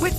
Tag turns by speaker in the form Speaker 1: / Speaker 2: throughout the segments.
Speaker 1: With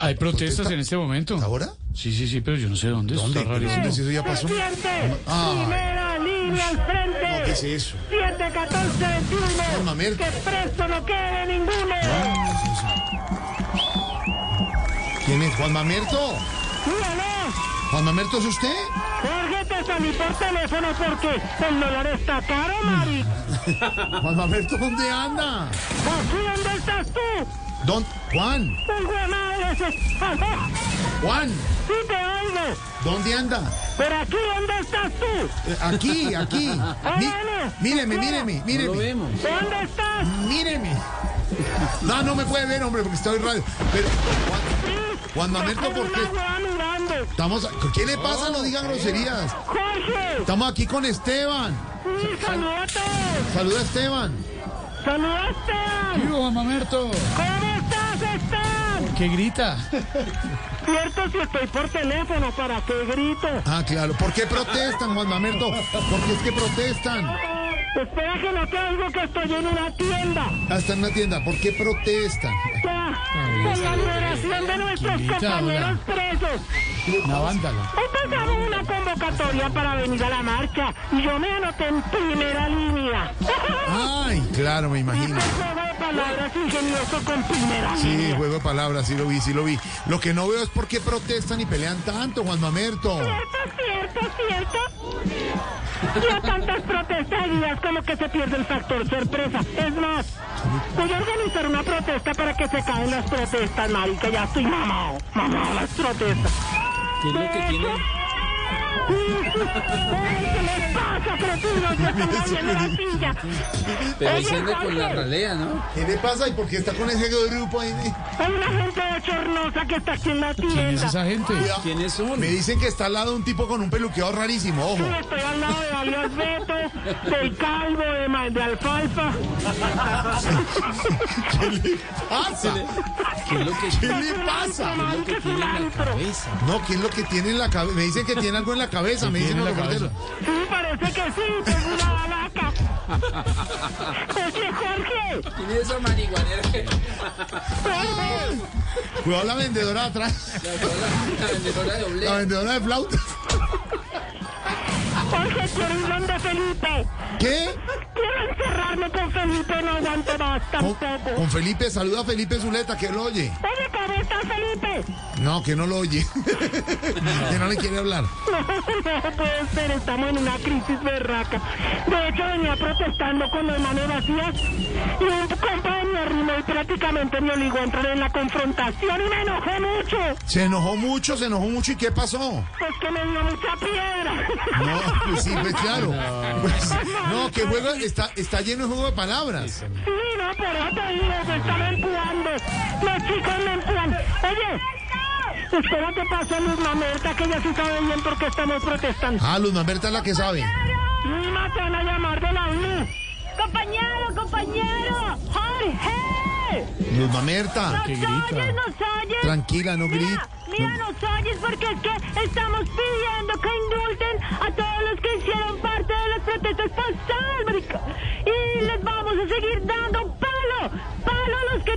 Speaker 2: Hay protestas en este momento.
Speaker 3: ¿Ahora?
Speaker 2: Sí, sí, sí, pero yo no sé dónde.
Speaker 3: ¿Dónde?
Speaker 2: Está rarísimo.
Speaker 3: ¿Dónde? pues, ¿Eso ya pasó?
Speaker 4: Presidente,
Speaker 3: Ay.
Speaker 4: primera línea al frente.
Speaker 3: No, ¿qué es eso?
Speaker 4: 7, 14, 21.
Speaker 3: Norma Merkel.
Speaker 4: Que preso no quede ninguno.
Speaker 3: ¿Quién es? ¿Juan Mamerto?
Speaker 4: Míralo.
Speaker 3: ¿Juan Mamerto es usted?
Speaker 4: Jorge te salí por teléfono porque el dólar está caro, Mari.
Speaker 3: ¿Juan Mamerto dónde anda?
Speaker 4: ¿Aquí dónde estás tú?
Speaker 3: ¿Dónde? Juan,
Speaker 4: El de madre ese.
Speaker 3: Juan,
Speaker 4: Sí te oigo.
Speaker 3: ¿dónde anda?
Speaker 4: Pero aquí dónde estás tú?
Speaker 3: Eh, Aquí, aquí. Mi- míreme, míreme, míreme.
Speaker 4: ¿Dónde estás?
Speaker 3: Míreme. No, no me puede ver, hombre, porque estoy en radio. Pero, Juan, Juan Mamerto, ¿por qué?
Speaker 4: Estaba mirando.
Speaker 3: Estamos. ¿Qué le pasa? No digan groserías.
Speaker 4: Jorge,
Speaker 3: Estamos aquí con Esteban.
Speaker 4: sí, salúdate.
Speaker 3: Saluda a Esteban.
Speaker 4: Saludaste.
Speaker 2: Vivo, Juan Mamerto,
Speaker 4: ¿Cómo estás, Están?
Speaker 2: que grita.
Speaker 4: Cierto si estoy por teléfono, ¿para qué grito?
Speaker 3: Ah, claro. ¿Por qué protestan, Juan Mamerto? Porque es que protestan.
Speaker 4: Espera que no te oigo que estoy en una tienda.
Speaker 3: Hasta en una tienda. ¿Por qué protestan?
Speaker 4: Ya, Por la liberación de nuestros
Speaker 2: Tranquilita,
Speaker 4: compañeros presos.
Speaker 2: Una vándala.
Speaker 4: Empezamos una convocatoria para venir a la marcha y yo me anoté en primera línea.
Speaker 3: Ay, claro, me imagino.
Speaker 4: El juego de palabras ingenioso con primera
Speaker 3: Sí,
Speaker 4: línea.
Speaker 3: juego de palabras, sí lo vi, sí lo vi. Lo que no veo es por qué protestan y pelean tanto, Juan Mamerto.
Speaker 4: Cierto, cierto, cierto. Ya tantas protestas y es como que se pierde el factor sorpresa. Es más, voy a organizar una protesta para que se caen las protestas, marica. Ya estoy mamado, mamado las protestas. ¿Qué es lo que tiene? ¿Qué les pasa, cretinos? Ya están moviendo la silla. Pero con la
Speaker 3: ¿Qué le pasa y por qué está con ese grupo ahí?
Speaker 4: Hay una gente bochornosa que está aquí en la
Speaker 2: ¿Quién es
Speaker 4: tienda.
Speaker 2: esa gente?
Speaker 3: ¿Quiénes son? Me dicen que está al lado un tipo con un peluqueado rarísimo, ojo.
Speaker 4: Estoy al lado de Alias Beto, del Calvo, de, Ma- de Alfalfa.
Speaker 3: ¿Qué le pasa? ¿Qué le pasa?
Speaker 4: que es un antro.
Speaker 3: No, ¿qué es lo que tiene en la cabeza? Me dicen que tiene algo en la cabeza, me dicen
Speaker 2: tiene
Speaker 3: los
Speaker 2: en la cabeza?
Speaker 3: reporteros.
Speaker 4: Sí, parece que sí, tengo una balaca. Oye, Jorge. ¿Quién es esa marihuanera?
Speaker 3: Cuidado la vendedora de atrás. La vendedora de flauta.
Speaker 4: Jorge, quiero ir donde Felipe.
Speaker 3: ¿Qué?
Speaker 4: Quiero encerrarme con Felipe, no aguanto más
Speaker 3: Con,
Speaker 4: tampoco.
Speaker 3: con Felipe, saluda a Felipe Zuleta, que lo oye.
Speaker 4: Oye, ¿cómo está Felipe?
Speaker 3: No, que no lo oye. que no le quiere hablar.
Speaker 4: No, no puede ser, estamos en una crisis berraca. De hecho, venía protestando con las manos vacías y un compa me arrimó y prácticamente me obligó a entrar en la confrontación y me enojé mucho.
Speaker 3: Se enojó mucho, se enojó mucho. ¿Y qué pasó?
Speaker 4: Pues que me dio mucha piedra.
Speaker 3: No, pues sí, pues claro. Pues, no, que juego está, está lleno de juego de palabras.
Speaker 4: Sí, no, por eso te digo, me están empujando. Los chicos me empujan. Oye, espera que pase Luz Mamerta, que ya se sabe bien por qué estamos protestando.
Speaker 3: Ah, Luz Mamberta es la que sabe.
Speaker 4: Lima te van a llamar de la UNI.
Speaker 5: Compañero, compañero, Jorge.
Speaker 3: Luz Mamerta,
Speaker 2: Que
Speaker 5: Nos oyes,
Speaker 2: grita.
Speaker 5: nos oyes.
Speaker 3: tranquila, no grites.
Speaker 5: Mira, mira, nos oyes porque es que estamos pidiendo que indulten a todos los que hicieron parte de las protestas pasadas, marica. Y les vamos a seguir dando palo, palo a los que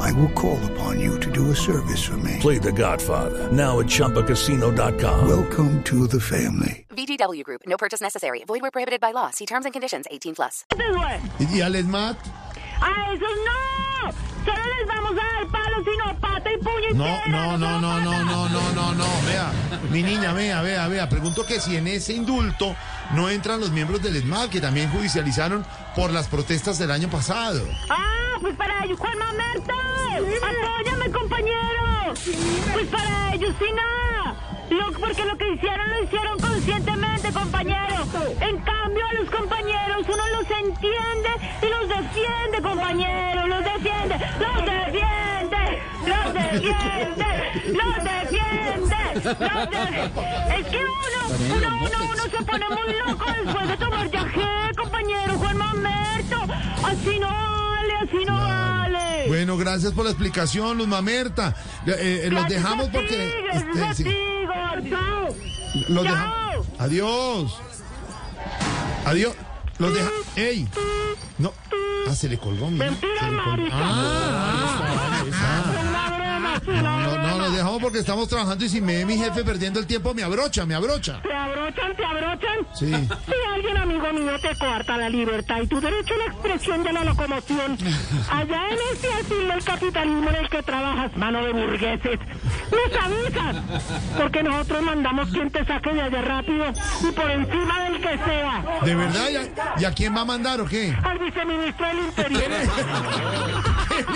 Speaker 6: I will call upon you to do a service for me.
Speaker 7: Play The Godfather now at ChumbaCasino.com.
Speaker 6: Welcome to the family.
Speaker 8: VGW Group. No purchase necessary. Void where prohibited by law. See terms and conditions. 18 plus.
Speaker 4: Te duele.
Speaker 3: ¿Y y al ESMAD?
Speaker 4: ¡A esos no! Solo les vamos a dar palos, sino pata y puño y
Speaker 3: No,
Speaker 4: piedra,
Speaker 3: no, no,
Speaker 4: solo
Speaker 3: no, no,
Speaker 4: pata.
Speaker 3: no, no, no, no, vea. Mi niña, vea, vea, vea. Pregunto que si en ese indulto no entran los miembros del ESMAD que también judicializaron por las protestas del año pasado.
Speaker 4: ¡Ah! Pues para ellos, Juan Mamerto. ¡Apóyame, compañero! Pues para ellos, sí, nada. Lo, porque lo que hicieron lo hicieron conscientemente, compañero. En cambio, a los compañeros uno los entiende y los defiende, compañero. Los defiende, los defiende, los defiende, los defiende, los defiende. Es que uno, uno, uno, uno se pone muy loco después de tomar yajé, compañero Juan Mamerto. Así no vale, así no vale.
Speaker 3: Bueno, gracias por la explicación, Luz Mamerta. Eh, eh, los
Speaker 4: Gracias a
Speaker 3: dejamos
Speaker 4: ti,
Speaker 3: porque.
Speaker 4: Gracias a
Speaker 3: este, sí,
Speaker 4: ti, Gordo.
Speaker 3: los
Speaker 4: Chao.
Speaker 3: dejamos. Adiós. Adiós. Los deja. ¡Ey! No. Ah, se le colgó, mira.
Speaker 4: Mentira,
Speaker 3: Se le colgó.
Speaker 4: marica.
Speaker 3: Ah, ah, ah.
Speaker 4: La broma, sí, la
Speaker 3: No, no,
Speaker 4: broma.
Speaker 3: nos dejamos porque estamos trabajando y si me ve mi jefe perdiendo el tiempo, me abrocha, me abrocha.
Speaker 4: Te abrochan, te abrochan.
Speaker 3: Sí.
Speaker 4: Si alguien, amigo mío, te corta la libertad y tu derecho a la expresión de la locomoción, allá en este asilo del capitalismo en el que trabajas, mano de burgueses, nos avisas, porque nosotros mandamos quien te saque de allá rápido y por encima del que sea,
Speaker 3: ¿De verdad? ¿Y a, y a quién va a mandar o qué?
Speaker 4: al viceministro del Interior.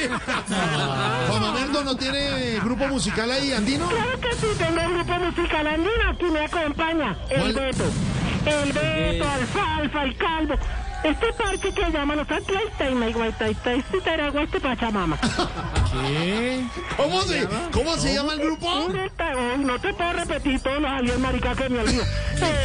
Speaker 3: Juan Mamerto no tiene grupo musical ahí, andino.
Speaker 4: Claro que sí, tengo el grupo musical andino, aquí me acompaña
Speaker 3: ¿Cuál? Eh.
Speaker 4: el Beto, el Beto, Alfalfa, el Calvo. Este parque que llaman los Atletas y Maiguaitaitais y Taraguaste este Pachamama.
Speaker 3: ¿Cómo se, ¿Cómo se llama el grupo?
Speaker 4: Un esta- oh, No te puedo repetir todos los aliens marica que me olvido.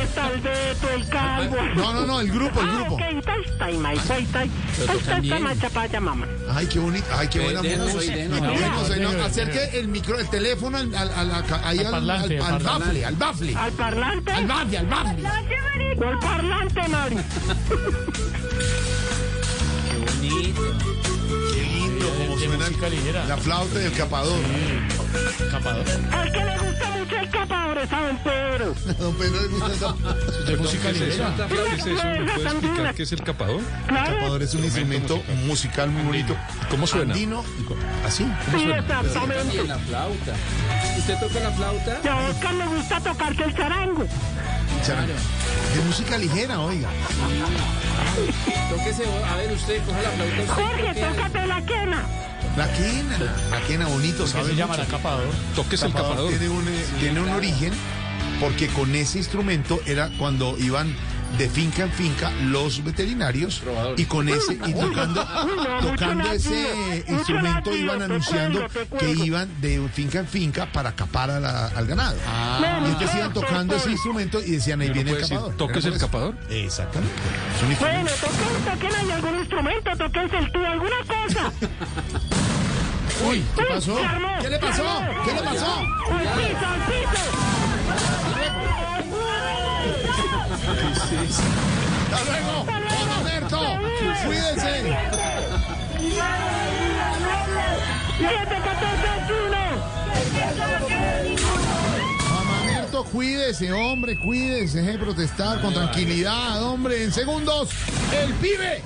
Speaker 4: Está el Beto, el Calvo.
Speaker 3: Ah, No, no, no, el grupo, el grupo.
Speaker 4: Ah, ok, taistai, maiguaitai, taistai, machapachamama.
Speaker 3: Ay, qué bonito. Ay, qué buena música. Denos, eh, no, Acerque el micro, el teléfono al, al, al, acá- ahí al, al,
Speaker 2: parlante,
Speaker 3: al
Speaker 2: al
Speaker 3: bafle, al bafle.
Speaker 4: Al parlante.
Speaker 3: Al bafle, al bafle.
Speaker 4: Al parlante, Mari.
Speaker 3: Qué lindo como suena
Speaker 2: música ligera.
Speaker 3: la flauta y el capador.
Speaker 4: Al que le gusta mucho el capador es a don Pedro.
Speaker 3: Don Pedro le gusta esa.
Speaker 2: De música ligera.
Speaker 4: ¿Me puede explicar qué es el capador? Claro,
Speaker 3: Capador es un instrumento musical muy bonito. ¿Cómo suena? Andino, así.
Speaker 4: sí, exactamente. la flauta. ¿Usted toca la flauta? A Oscar le gusta tocarse el charango.
Speaker 3: Claro. De música ligera, oiga.
Speaker 4: Jorge, tócate la quema.
Speaker 3: La quena. La quena bonito,
Speaker 2: Que
Speaker 3: ¿sabe?
Speaker 2: se llama
Speaker 3: mucho.
Speaker 2: la capador.
Speaker 8: Toques el
Speaker 3: Capador
Speaker 8: capador.
Speaker 3: tiene un, eh, tiene un origen porque con ese instrumento era cuando iban de finca en finca los veterinarios y con ese y tocando,
Speaker 4: mucho
Speaker 3: tocando ese
Speaker 4: latido, mucho
Speaker 3: instrumento
Speaker 4: latido,
Speaker 3: iban
Speaker 4: te
Speaker 3: anunciando
Speaker 4: cuelgo, te
Speaker 3: que
Speaker 4: cuelgo.
Speaker 3: iban de finca en finca para capar a la- al ganado.
Speaker 4: No,
Speaker 3: Y
Speaker 4: mi
Speaker 3: entonces iban
Speaker 4: Héctor,
Speaker 3: tocando ese
Speaker 4: Héctor.
Speaker 3: instrumento y decían ahí viene el
Speaker 8: puede
Speaker 3: capador.
Speaker 8: decir, ¿toques
Speaker 3: Era por
Speaker 8: el
Speaker 3: eso.
Speaker 8: capador?
Speaker 3: Exactamente. Es un instrumento.
Speaker 4: Bueno, toquen, toquen ahí algún instrumento, toquen el tubo, alguna cosa.
Speaker 3: Uy, ¿qué pasó?
Speaker 4: se armó,
Speaker 3: ¿Qué le pasó?
Speaker 4: se armó.
Speaker 3: ¿Qué le pasó?
Speaker 4: ¡Al piso, al piso!
Speaker 3: Hasta luego. Juan Alberto, cuídense.
Speaker 4: 7, 14, 1.
Speaker 3: Mamamerto, cuídese, hombre, cuídese, deje de protestar con tranquilidad, hombre. En segundos, el pibe.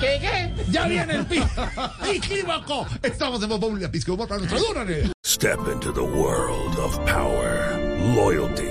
Speaker 3: ¿Qué, qué? Ya viene el pibe. ¡Equívoco! Estamos en Bobón la Pisco para nuestra dura red.
Speaker 7: Step into the world of power, loyalty,